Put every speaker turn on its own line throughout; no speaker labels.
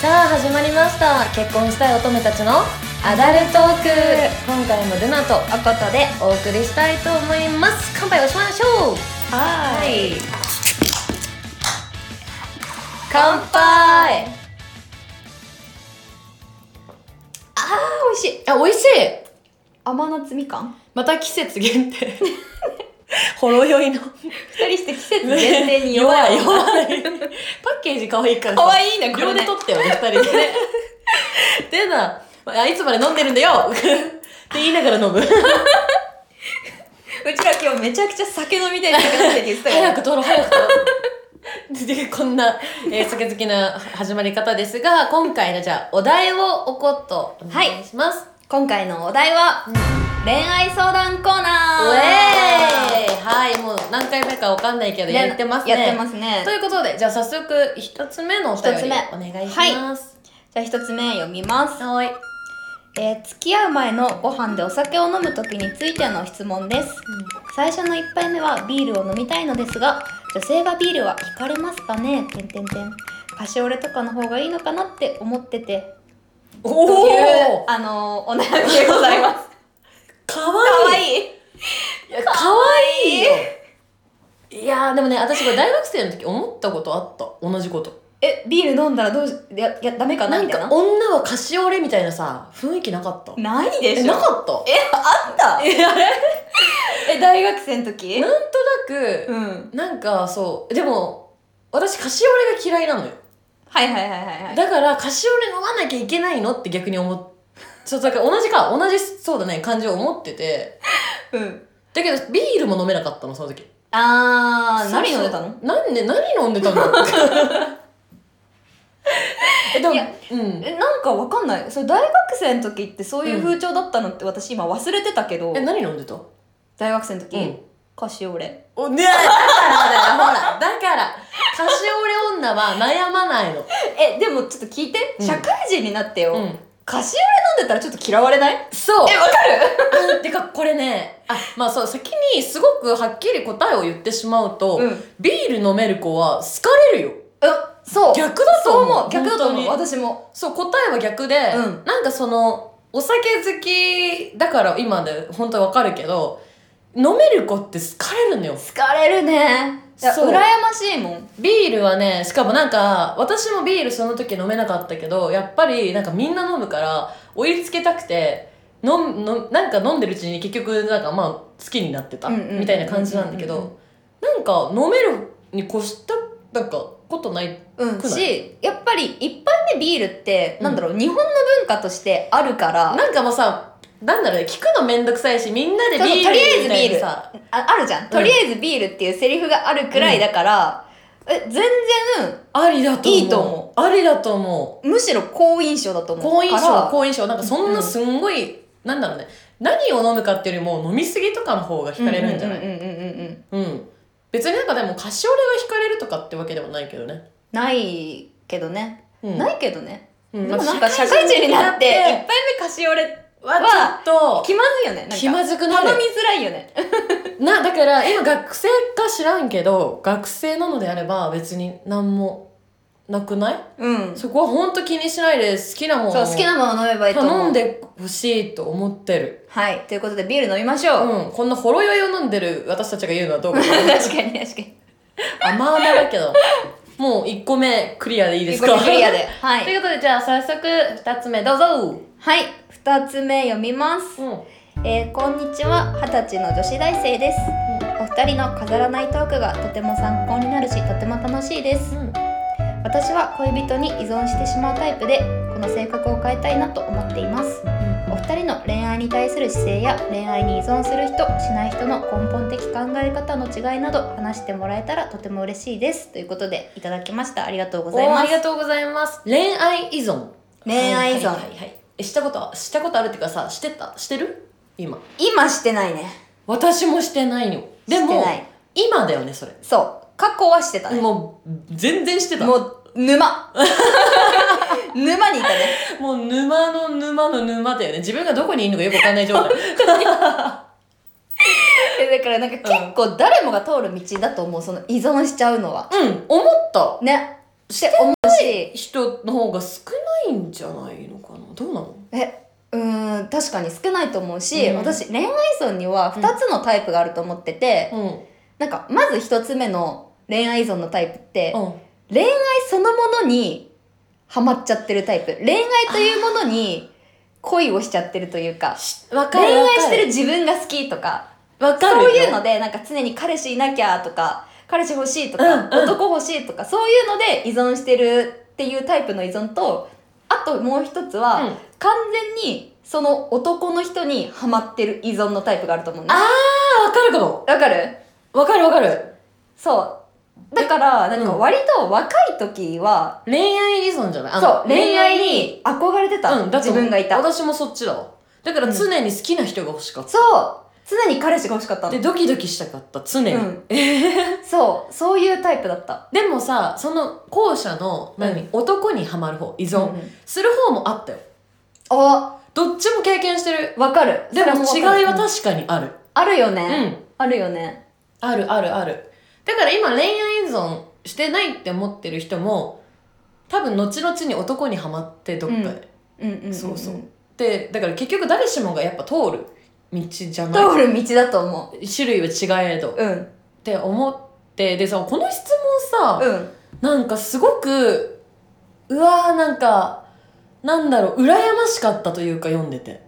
さあ始まりました結婚したい乙女たちのアダルトーク今回もルナとアコタでお送りしたいと思います乾杯をしましょう
は
はい乾杯
あー美味しい
あ美味しい
甘夏みかん
また季節限定 ほろ酔いの
二人して季節限定に弱い
弱い弱いパッケージ可愛いから
可愛いねこれ
秒で
ね
撮ったよね二人で ねでなあいつまで飲んでるんだよって言いながら飲む
うちら今日めちゃくちゃ酒飲みたいって感じで言ってたから
早く撮ろう早く撮ろうでこんな、えー、酒好きな始まり方ですが今回のじゃあお題をおことお願いします、
今回のお題は、恋愛相談コー
う
ナー
えーいはいもう何回目かわかんないけどやってますね
やってますね
ということでじゃあ早速一つ目のお便り
一つ目
お願いします、
じゃあ一つ目読みます
はい、
えー付き合う前のご飯でお酒を飲む時についての質問です最初の1杯目はビールを飲みたいのですが女性がビールは惹かれますかねてんてんてんカシオレとかの方がいいのかなって思ってて
お
という
お
あのーお悩みでございます
か
か
わ
わ
いい
いい
いやかわいいよいやーでもね私これ大学生の時思ったことあった同じこと
えビール飲んだらどうしややダメかな
な
み
ん
たいな
か女はカシオレみたいなさ雰囲気なかった
ないで
え
し
な
ょ
かった
えあった
えあれ
え大学生の時
なんとなく、
うん
なんかそうでも私カシオレが嫌いなのよ
はいはいはいはいはい
だからカシオレ飲まなきゃいけないのって逆に思っそうだから同じか同じそうだね感じを思ってて
うん
だけどビールも飲めなかったのその時
あー
そう
何
そう
飲んでたの
なんで何飲んでたの えでも
いや
うん
えなんかわかんないそれ大学生の時ってそういう風潮だったのって私今忘れてたけど、
え何飲んでたう
大学生の時、
ん
カシオレ
おねだからほらだからカシオレ女は悩まないの
えでもちょっと聞いて、
うん
社会人になってよ、
うん
カシオレ飲んでたらちょっと嫌われない
そう
えわかる
うんてかこれねあまあそう先にすごくはっきり答えを言ってしまうと、
うん
ビール飲める子は好かれるよ
うんそう
逆だと
そう
思う
思う逆だと思
本
う
当に
私も
そう答えは逆で、
うん
なんかそのお酒好きだから今で本当にわかるけど飲める子って好かれるのよ
好かれるねいや
そう
羨ましいもん
ビールはねしかもなんか私もビールその時飲めなかったけどやっぱりなんかみんな飲むから追いつけたくて飲む飲むなんか飲んでるうちに結局なんかまあ好きになってた
うんうんうんうんうん
みたいな感じなんだけどなんか飲めるに越したなんかことない
うん
くない
しやっぱり一般でビールって、
うん
なんだろう日本の文化としてあるから
なんかもうさなんだろうね聞くのめんどくさいしみんなでビール
そうとりあえず
みたいなさ
ああるじゃんとりあえずビールっていうセリフがあるくらいだから、え全然
ありだと思う
いいと思
ありだと思
むしろ好印象だと
う
思う
好印
か
象
ら
好印象なんかそんなすんごい、なんだろうね何を飲むかっていうよりも飲みすぎとかの方が惹かれるんじゃない、
うんうんうんうんうん
うん別になんかでもカシオレが惹かれるとかってわけでもないけどね、
ないけどね、
うん、
ないけどね、
うん
でもなんか社会人になって一杯目カシオレ
はちょっ
気まずいよねなん
と
か
気まずくな
頼み
る
づらいよね
なだから今学生か知らんけど学生なのであれば別に何もなくない
うんそ
そこはほんと気にしないで好きなもの
う
を
好きなもの飲めばいいと思う
頼んでほしいと思ってる
はいということでビール飲みましょう、
うん、こんなほろ酔いを飲んでる私たちが言うのはどうか
確かに確かに
甘々だけどもう1個目クリアでいいですか
一個目クリアでは
と
い
いうことでじゃあ早速2つ目どうぞ、
はい2つ目読みます、
うん、
えーこんにちは二十歳の女子大生ですお二人の飾らないトークがとても参考になるしとても楽しいです
うん
私は恋人に依存してしまうタイプでこの性格を変えたいなと思っていますお二人の恋愛に対する姿勢や恋愛に依存する人しない人の根本的考え方の違いなど話してもらえたらとても嬉しいですということでいただきましたありがとうござい
お
ま
ありが
す
とうございます恋愛依存
恋愛依存
はいはいはいはいえしたことはしたことあるっていうかさしてたしてる今
今してないね
私もしてないよで
して
も
ない
今だよねそれ
そう過去はしてたね
もう全然してた
もう 沼沼にいたね
もう沼の沼の沼だよね自分がどこにいるのかよくわかんない状態
えだからなんか結構誰もが通る道だと思うその依存しちゃうのは
うん思った
ねして思うし
人の方が少ないんじゃないのかなどうなの
うーん確かに少ないと思うし、
うん
私恋愛層には2つのタイプがあると思ってて、
うん
なんかまず1つ目の恋愛依存のタイプって、
うん
そのものにハマっちゃってるタイプ恋愛というものに恋をしちゃってるというか
しわか
恋
る
愛してる自分が好きとか
わかる
そういう
の
のでなんか常に彼氏いなきゃとか彼氏欲しいとか、
うんうん
男欲しいとかそういうので依存してるっていうタイプの依存とあともう一つは、
うん
完全にその男の人にハマってる依存のタイプがあると思うね
ああわかるかも
わかる
わかるわかる
そうだからなんか
うん
割と若い時は、
恋愛依存じゃないあの
そう恋愛に憧れてた、
うんだと
自分がいた
私もそっちだわだから常に好きな人が欲しかっ
そう常に彼氏が欲しかった
た
の
でドキドキしたかった常に、
うんそうそういうタイプだった
でもさその後者の何、
うん
男にはまる方依存、
ん、
する方もあったよ
あ
どっちも経験してる
わかる
でも違
そ
い
れわかる
は確かにある
あるよね、
うん
あるよね。
あるあるあるだから今恋愛依存してないって思ってる人も多分後々に男にはまってどっかへ、
うんうんうん、
そうそうでだから結局誰しもがやっぱ通る道じゃな
通る道だと思
い種類は違えどっ
う。うん。
て思ってでさこの質問さ、
うん。
なんかすごくうわーなんかなんだろう羨ましかったというか読んでて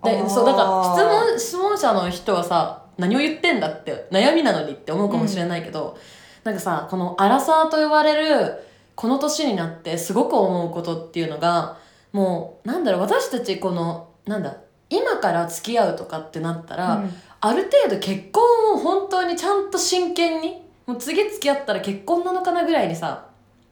あ
で
ー
そうだから質問質問者の人はさ何を言ってんだって悩みなのにって思うかもしれないけど、なんかさこの「アラサー」と呼ばれるこの年になってすごく思うことっていうのがもうなんだろう私たちこのなんだ今から付き合うとかってなったら、ある程度結婚を本当にちゃんと真剣にもう次付き合ったら結婚なのかなぐらいにさ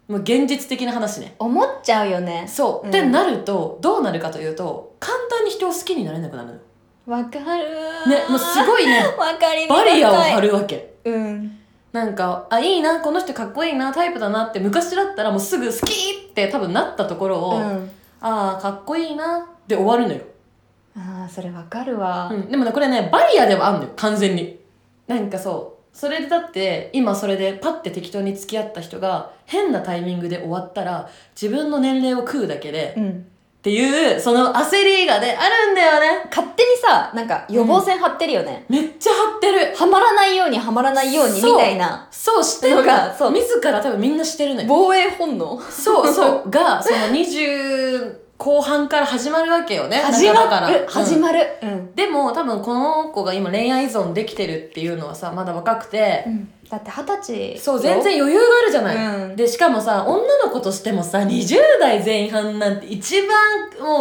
もう現実的な話ね
思っちゃうよね。
そ
う
う、
ん
ってなるとどうなるかというと簡単に人を好きになれなくなるのよ
わかるー
ねもうすご いね
わかり
バリアを張
る。
るわけ
うん。
なんかあいいなこの人かっこいいなタイプだなって昔だったらもうすぐ好きって多分なったところ
う
を、あ
ん。
あかっこいいなで終わるのよ、
ああ、それわかるわ
う。ん、でもねこれねバリアではあんのよ完全になんかそうそれでだって今それでパッて適当に付き合った人が変なタイミングで終わったら自分の年齢を食うだけで、っ
ん。
ていうその焦りがねあるんだよね
勝手にさ、なんか予防線張ってるよね。
めっちゃ張ってる
はまらないようにはまらないようにみ
そう
たいな。
そうして
の
る
が
が
そう
自ら多分みんなしてるのよ
防衛本能。
そうそうがその20後半から始まるわけよね
始
半ばか
ま
ら
る。
うん
始まる。うん。
でも多分この子が今恋愛依存できてるっていうのはさまだ若くて
うんだって二十歳。
そう全。然余裕があるじゃない、
うん。
でしかもさ女の子としてもさ20代前半なんて一番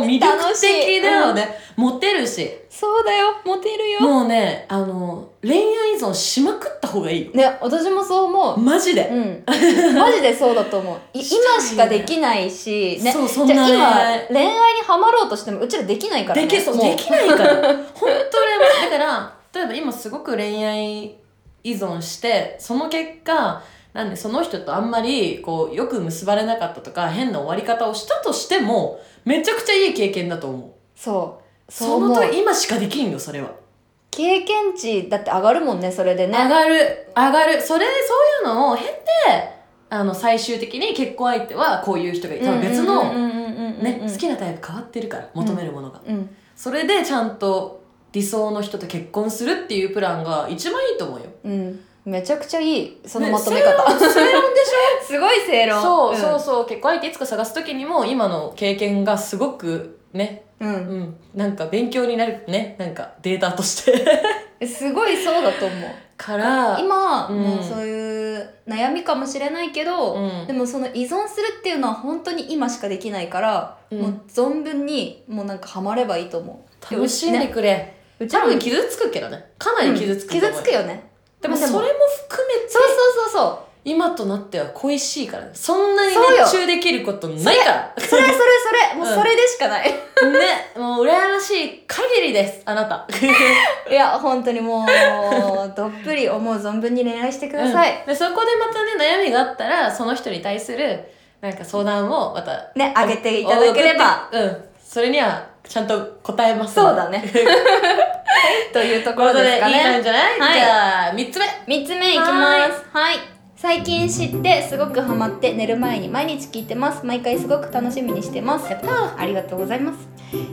もう魅力的だよね、モテるし
そうだよ。モテるよ。
もうねあの恋愛依存しまくった方がいいよ
ね、私もそう思う。
マジで、
うん、マジでそうだと思うい
したいね
今しかできないし、ね、
そうそん
じゃ
な
あ
恋
今
愛
恋愛にはまろうとしてもうちらできないから、ね、
できそう
も
できないから 本当にだから例えば今すごく恋愛依存してその結果なんでその人とあんまりこうよく結ばれなかったとか変な終わり方をしたとしてもめちゃくちゃいい経験だと思う
そうそう
そ
思
の
う
と今しかできんよそれは、
経験値だって上がるもんねそれで
上
ね
がる上がるそれそういうのを経てあの最終的に結婚相手はこういう人がいた別の、ね、好
好
きなタイプ変わってるから求めるものが、
うん
それでちゃんと理想の人と結婚するっていうプランが一番いいと思うよ
うんめちゃくちゃいいその
ね
まとめ方、
正論でし
すごい正
ょ
論
そうそうんそう結婚相手いつか探す時にも今の経験がすごくね
う、
うんんなんか勉強になるねなんかデータとして
すごいそうだと思う
から
今、
うん
もうそういう悩みかもしれないけど、
うん
でもその依存するっていうのは本当に今しかできないから、
うん
もう存分にもうなんかハマればいいと思う
楽しんで
ね
くれ、
うち
多
らも
分傷つくけどねかな
う
り
ん
傷つくと思う
傷つくよね
でも
まあでも
それも含めて
そうそうそう
今となっては恋しいからねそんなに
そうよ
熱中できることないから
そうそれそれ それもうそれでしかない、
ねもう羨ましい限りですあなた
いや本当にもうどっぷり思う存分に恋愛してください、
うんでそこでまたね悩みがあったらその人に対するなんか相談をまた
ねあげていただければ
うんそれにはちゃんと答えます
そうだ ね というと
と
こ
いうこ
ろで
とですいい
かね
感じじゃない、
はい
じゃあ3つ目
3つ目いきますはい最近知ってすごくハマって寝る前に毎日聞いてます毎回すごく楽しみにしてますありがとうございます、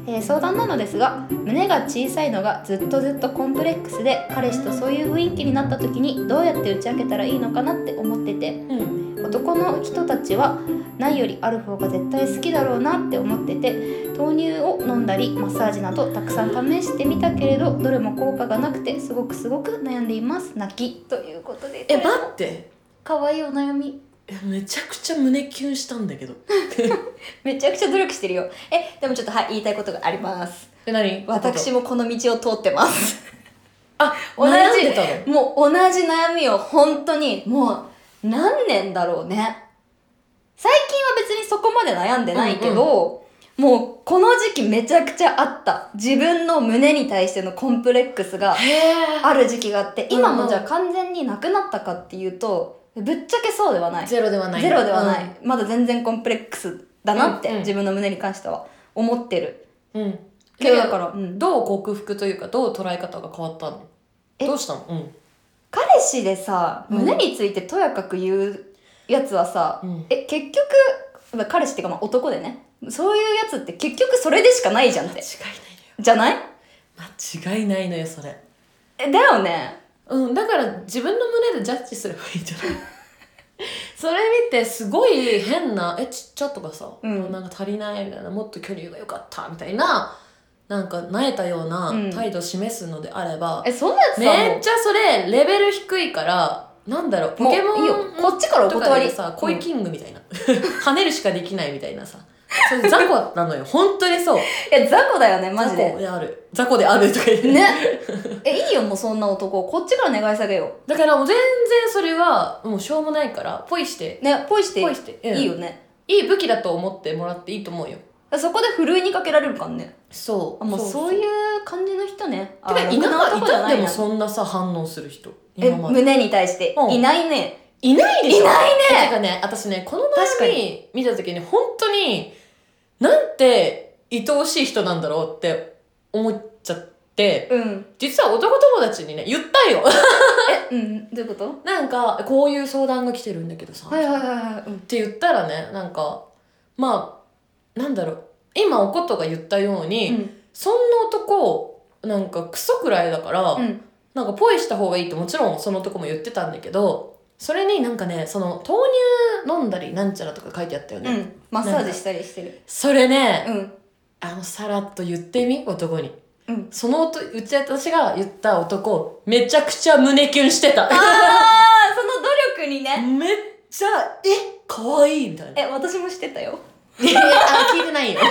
えー相談なのですが胸が小さいのがずっとずっとコンプレックスで彼氏とそういう雰囲気になった時にどうやって打ち明けたらいいのかなって思ってて
うん
男の人たちはないよりある方が絶対好きだろうなって思ってて豆乳を飲んだりマッサージなどたくさん試してみたけれどどれも効果がなくてすごくすごく悩んでいます泣きということで
え待って
かわいいお悩み
えめちゃくちゃ胸キュンしたんだけど
めちゃくちゃ努力してるよえでもちょっとはい言いたいことがあります
え何
私もこの道を通ってます
あ
同じ
悩んでたの
もう同じ悩みを本当にもう何年だろうね最近は別にそこまで悩んでないけど、もうこの時期めちゃくちゃあった自分の胸に対してのコンプレックスが
へえ
ある時期があって今
うんう
も
ん
じゃあ完全になくなったかっていうとぶっちゃけそうではない
ゼロではない
ゼロではな
うん
い、まだ全然コンプレックスだなって、
うんうん
自分の胸に関しては思ってる
うん。
けどだ
ら
から、うん
どう克服というかどう捉え方が変わったの
え
どうしたのう
彼氏でさ
うん
胸についてとやかく言うやつはさ、
ん、うん、
え結局まあ彼氏っていうかまあ男でねそういうやつって結局それでしかないじゃんっ
間違
て
い
じゃない
ないのよ間違いないのよそれ
えだよね
うんだから自分の胸でジャッジすればいいんじゃ ないそれ見てすごい変な「えちっちゃ」とかさ、
うん
なんか足りないみたいなもっと距離が良かったみたいななんかなえたような
うん
態度を示すのであれば、
えそんなやつさ
めっちゃそれレベル低いからなんだろう
も
ポ
う
ケモン
もういいよこっちからお
とか
断り
でさ恋キングみたいな 跳ねるしかできないみたいなさそれ雑魚なのよ本当にそう
いや雑魚だよねマジ
雑魚
で
である雑魚であるとか言って、
ねえいいよもうそんな男こっちから願い下げよ
だからもう全然それはもうしょうもないからポイして
うねポイして
ポイして、うん
いいよね
いい武器だと思ってもらっていいと思うよ
そこでふるいにかけられるからね
そう
あもうそう
う
いう感じの人ね
て
あ
かいな
ろく
か
な
っ
男じゃ
た
ない
でも
な
そんなさ反応する人
え
今まで
胸に対して
うん
いないね
いないでしょ
いないね
てかね私ねこの
確か
悩み見た時に本当になんて愛おしい人なんだろうって思っちゃって
うん
実は男友達にね言ったよ
えうんどういうこと
なんかこういう相談が来てるんだけどさ、
はい
っ
はいはいはいうん
て言ったらねなんかまあなんだろう今おことが言ったように、そんな男なんかクソくらいだから、
うんうん
なんかポイした方がいいってもちろんそのとこも言ってたんだけどそれになんかねその豆乳飲んだりなんちゃらとか書いてあったよね、
うんマッサージしたりしてる
それね、
うん
あのさらっと言ってみ男に
うん
その音うち私が言った男めちゃくちゃ胸キュンしてた
あーその努力にね
めっちゃえ可愛いみたいな
え私もしてたよ
いやあ聞いてない よ
え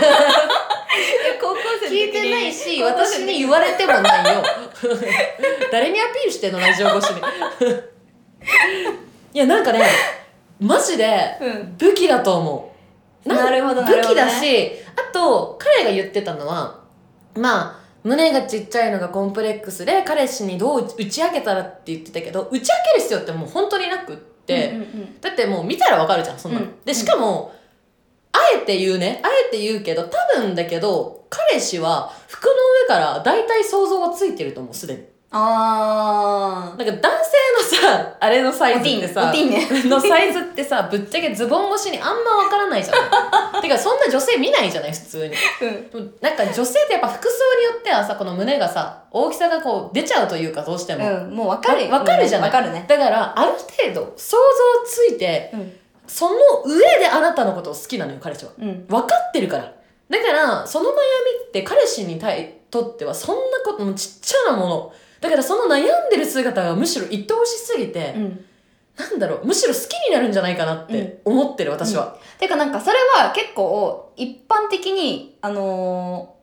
高校生の時に
聞いてないし
高校
私
生の時
に言われてもないよ 誰にアピールしてんのラジオ越しに いやなんかねマジで
うん
武器だと思う
なるほどなるほどね
武器だしあと彼が言ってたのはまあ胸がちっちゃいのがコンプレックスで彼氏にどう打ち明けたらって言ってたけど打ち明ける必要ってもう本当になくって、
うんうん
だってもう見たらわかるじゃんそんなの、
うん
でしかも、あえて言うねあえて言うけど多分だけど彼氏は服の上から大体想像がついてると思うすでに
あ
なんか男性のさ あれのサ
ー
イ
お
ズ
ティ
っ
ン
て
ね
さ
おティンね
のサイズってさぶっちゃけズボン越しにあんまわからないじゃ んてかそんな女性見ないじゃない普通に
うん
なんか女性ってやっぱ服装によってはさこの胸がさ大きさがこう出ちゃうというかどうしても、
うんもうわかるよ
わわかるじゃない
わかるね
だからある程度想像ついて
うん
その上であなたのことを好きなのよ彼氏は
うん
分かってるからだからその悩みって彼氏に対とってはそんなことのちっちゃなものだからその悩んでる姿がむしろ愛おしすぎて、
うん
なんだろうむしろ好きになるんじゃないかなって思ってる、私は、
てかなんかそれは結構一般的にあの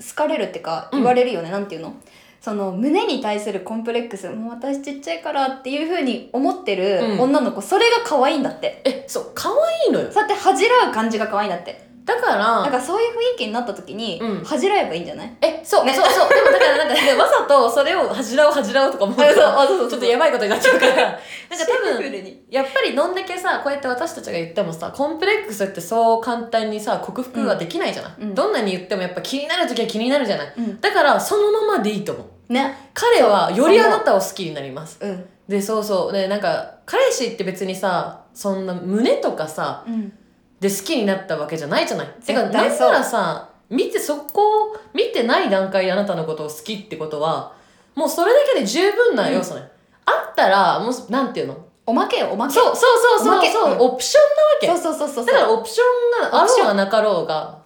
ー好かれるってか
うん
言われるよね、なんていうのその胸に対するコンプレックスもう私ちっちゃいからっていうふうに思って
うん
る女の子、それが可愛いんだって
えそう可愛いのよ
そうやって恥じらう感じが可愛いんだって
だから
なんかそういう雰囲気になった時に、
うん
恥じらえばいいんじゃない
えそう、そうそうでもだからなんか、ね、わざとそれを恥じらおう恥じらおうとか思うと
あそうあそうそう
ちょっとやばいことになっち ゃうからなんか多
シンプ
分
ルに
やっぱりどんだけさこうやって私たちが言ってもさコンプレックスってそう簡単にさ克服はできないじゃない、
うんうん
どんなに言ってもやっぱ気になる時は気になるじゃない
うん
だからそのままでいいと思う
ね
彼はよりあなたを好きになります
うん
でそうそうでなんか彼氏って別にさそんな胸とかさ
うん
で好きになったわけじゃないじゃないてか
絶
な
対
ん
そう
ならさ見てそこを見てない段階であなたのことを好きってことはもうそれだけで十分な要素ね、あったらもうなんていうの
おまけよおまけ
そうそうそう
おま
そう
け
そううんオプショけ
そうそうそうそう
ンだからオプションがあ
オプシ
ろ
ョ
うがなかろうが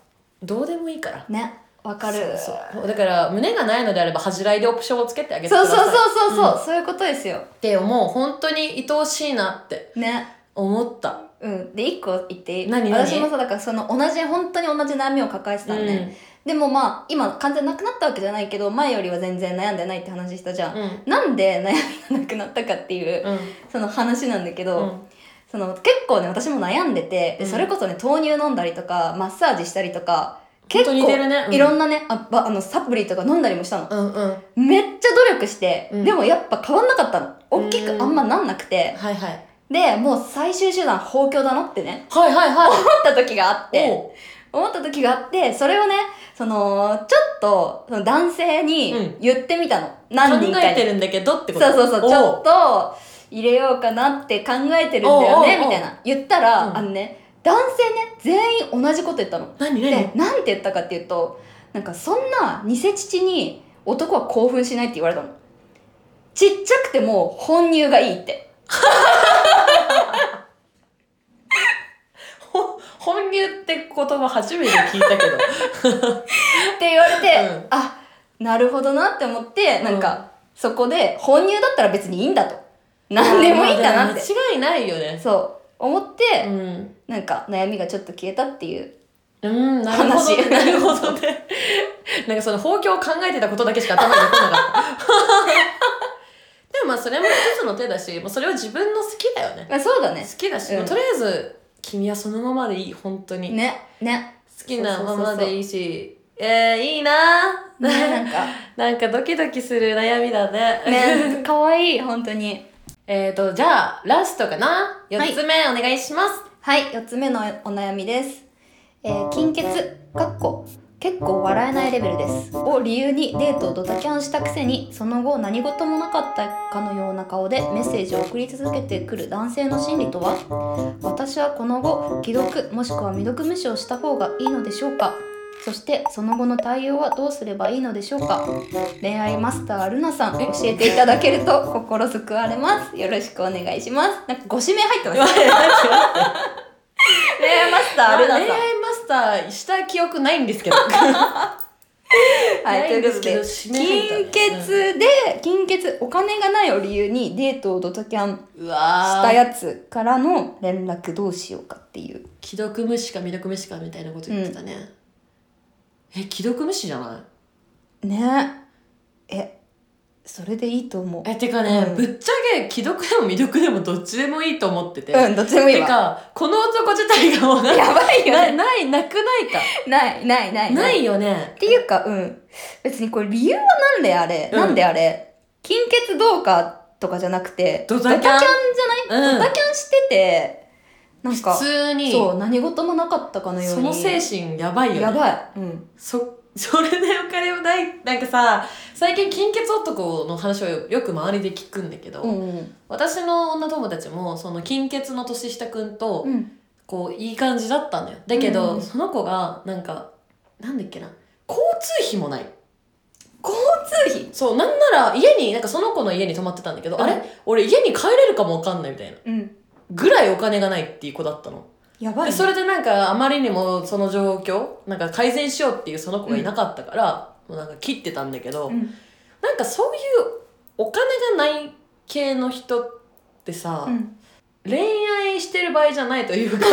どうでもいいから
ねわかる
そうそうだから胸がないのであれば恥じらいでオプションをつけてあげて
そ
くだ
う
さい
そうそうそうそう、
う
そういうことですよ
って思う本当に愛おしいなって
ね
思った、
うん、で一個言っていい
何何
私もさだからその同じ本当に同じ悩みを抱えてたのね、でもまあ今完全なくなったわけじゃないけど前よりは全然悩んでないって話したじゃん、
うん
なんで悩みがなくなったかっていう
うん
その話なんだけど、
うん
その結構ね私も悩んでてで
うん
それこそね豆乳飲んだりとかマッサージしたりとか結
本当
構
に出るねうん
いろんなねあばあのサプリとか飲んだりもしたの、
うんうん
めっちゃ努力して、
うん
でもやっぱ変わんなかったの大きく
うん
あんまなんなくて、
はいはい
でもう最終手段豊胸だなってね
はいはいはい
思った時があって
お
思った時があってそれをねそのちょっとその男性に
うん
言ってみたの、何人
考
か
え
に
てるんだけどって
そ
こ
う
と
そうそう
お
ちょっと入れようかなって考えてるんだよね
おうおうおう
みたいな言ったら、
うん
あのね男性ね全員同じこと言ったの。
何何
でなんて言ったかっていうとなんかそんな偽父に男は興奮しないって言われたの。ちっちゃくても本乳がいいって。
ほ本流って言葉初めて聞いたけど
って言われて、
うん
あなるほどなって思ってなんか、
う
そこで本乳だったら別にいいんだと 何でもいいんだなって
間違いないよね
そう思って、
うん
なんか悩みがちょっと消えたっていう
うんなるほどね
話
なるほどねなんかその包況を考えてたことだけしか頭に残らなかったでもまあそれも一つの手だしもうそれは自分の好きだよね
まあそうだ
好
ね
きだし、
うん
もうとりあえず君はそのままでいい本当に、
ねね
好きな
そう
ま
そうそうそう
までいいしえー、いいな
ねな
ー
んか
なんかドキドキする悩みだね
ね可愛い本当に
えーとじゃあラストかな4つ目お願いします、
はい4つ目のお悩みです、えー、金欠かっこ結構笑えないレベルですを理由にデートをドタキャンしたくせにその後何事もなかったかのような顔でメッセージを送り続けてくる男性の心理とは私はこの後既読もしくは未読無視をした方がいいのでしょうかそしてその後の対応はどうすればいいのでしょうか恋愛マスタールナさん教えていただけると心救われますよろしくお願いしますなんかご指名入ってます 恋愛マスタール
恋
ナ
愛
さん
マスターした記憶ないんですけど
はい、と
ないいん
うこ
で
と
す
で
けど指名入
金
ったね
欠で金欠お金がないを理由にデートをドタキャンし
うわ
た
ー
やつからの連絡どうしようかっていう
既読無視か未読無視かみたいなこと言ってたね、え既読無視じゃない
ねえそれでいいと思う
えてかね、
うん
ぶっちゃけ既読でも未読でもどっちでもいいと思ってて、
うんどっちでもいい
て
わ
かこの男自体がもうな
やばいよ
な
ね
ないなくないか
ないないない
ないよね
っていうかうん別にこれ理由はなんであれ、
うん
なんであれ金欠どうかとかじゃなくて
ドタキャン
じゃない、
うん
ドタキャンしててなんか
普通に
そう
そ
何事もなかったかのように
の精神やばいよね
やばい、うん、
そ それでお金もないなんかさ最近金欠男の話をよく周りで聞くんだけど、
うん
私の女友達もその金欠の年下くんと、
うん
こういい感じだったのよだけど、
うん
その子がなんかなんだっけな交通費もない
交通費
そうなんなら家になんかその子の家に泊まってたんだけど、
うん
あれ俺家に帰れるかもわかんないみたいな
うん
ぐらいお金がないっていう子だったの
やばい、
でそれでなんかあまりにもその状況なんか改善しようっていうその子がいなかったから、もうなんか切ってたんだけど、
うん
なんかそういうお金がない系の人ってさ、
うん
恋愛してる場合じゃないというか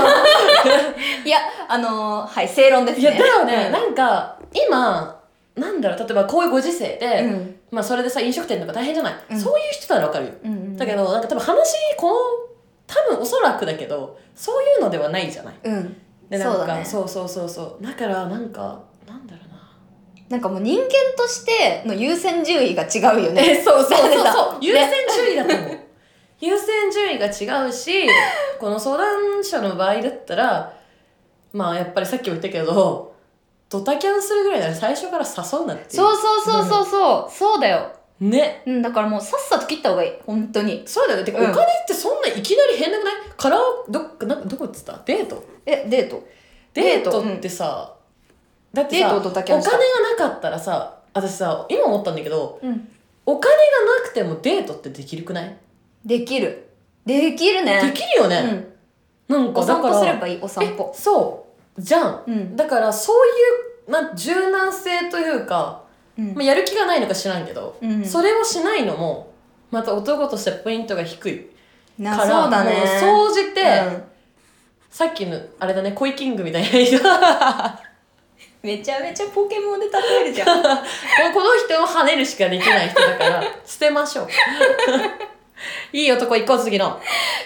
いやあのー、はい正論ですね
いやだよね、
うん
なんか今なんだろう例えばこういうご時世で、
うん
まあそれでさ飲食店とか大変じゃない、
うん
そういう人ならわかるよ
うんうん
だけどなんか多分話この多分おそらくだけどそういうのではないじゃない
うん
でなんか
そうだね
そうそうそうそうだからなんかなんだろうな
なんかもう人間としての優先順位が違うよね
えそうそうそう
だ
そう優先
ね
順位だと思う優先順位が違うしこの相談者の場合だったらまあやっぱりさっきも言ったけどドタキャンするぐらいなら最初から誘うなっていう
そうそうそうそうそうそうだよ
ね
うん、だからもうさっさと切った方がいい本当に
そうだよねてかお
うん
金ってそんないきなり変なくないカラオどっかなんかどこっつったデート
えデート
デ
デ
ー
ー
ト
ト
ってさ、だって
デー
さ
トと
お金
竹
が
橋さん
なかったらさ私さ今思ったんだけど
うん
お金がなくてもデートってできるくない、
できるできるね
できるよ
う
ね、
ん、
なんか
お
だ
散
から
歩すればいいお散歩
えそうじゃん
うん、
だからそういう、まあ、柔軟性というか、
うん
まあ、やる気がないのか知らんけど、
うん
それをしないのもまた男としてポイントが低い
な
から
そうだね
もう総じて、
うん
さっきのあれだね恋キングみたいな人こ
めちゃめちゃポケモンで例えるじゃん
この人を跳ねるしかできない人だ から捨てましょういい男行こう次の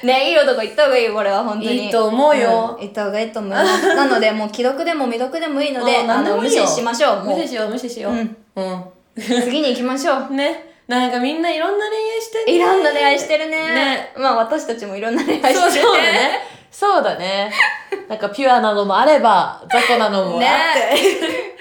ねいい男行った方がいいこれは本当に
いいと思うよ
ん行った方がいいと思います なのでもう既読でも未読でもいいので
もう何で
あ
も
の
い
無
いよ
視しましょうもう
無視しよう無視しよう
うん
うん、
次に行きましょう
ねなんかみんないろんな恋愛してね
いろんな恋愛してるね
ね
まあ私たちもいろんな恋愛してる
そうそうだねそうだねなんかピュアなのもあれば雑魚なのもあっ
ね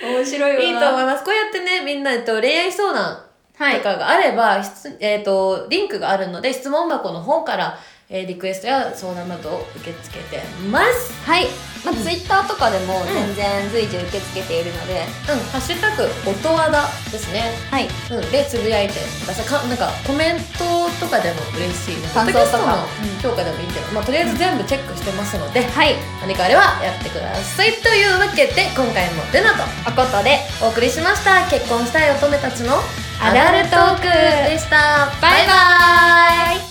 て、
面白いわ
いいと思いますこうやってねみんな、えっと、恋愛相談
はい
とかがあれば、質えっとリンクがあるので質問箱の方から、えーリクエストや相談などを受け付けてます
はい、まあ、
うん
ツイッターとかでも全然随時受け付けているので、
うん「ハッシュタグ音和田」ですね
はい
うん、でつぶやいてくださいかなんかコメントとかでも嬉しいな
感想とか
ポッドキャストの評価でもいいけど、まあ、とりあえず全部チェックしてますので、
はい
何かあればやってくださいというわけで今回もルナと
おことで
お送りしました結婚したい乙女たちの
アダルトーク
でした
バイバ
バイバイ
イ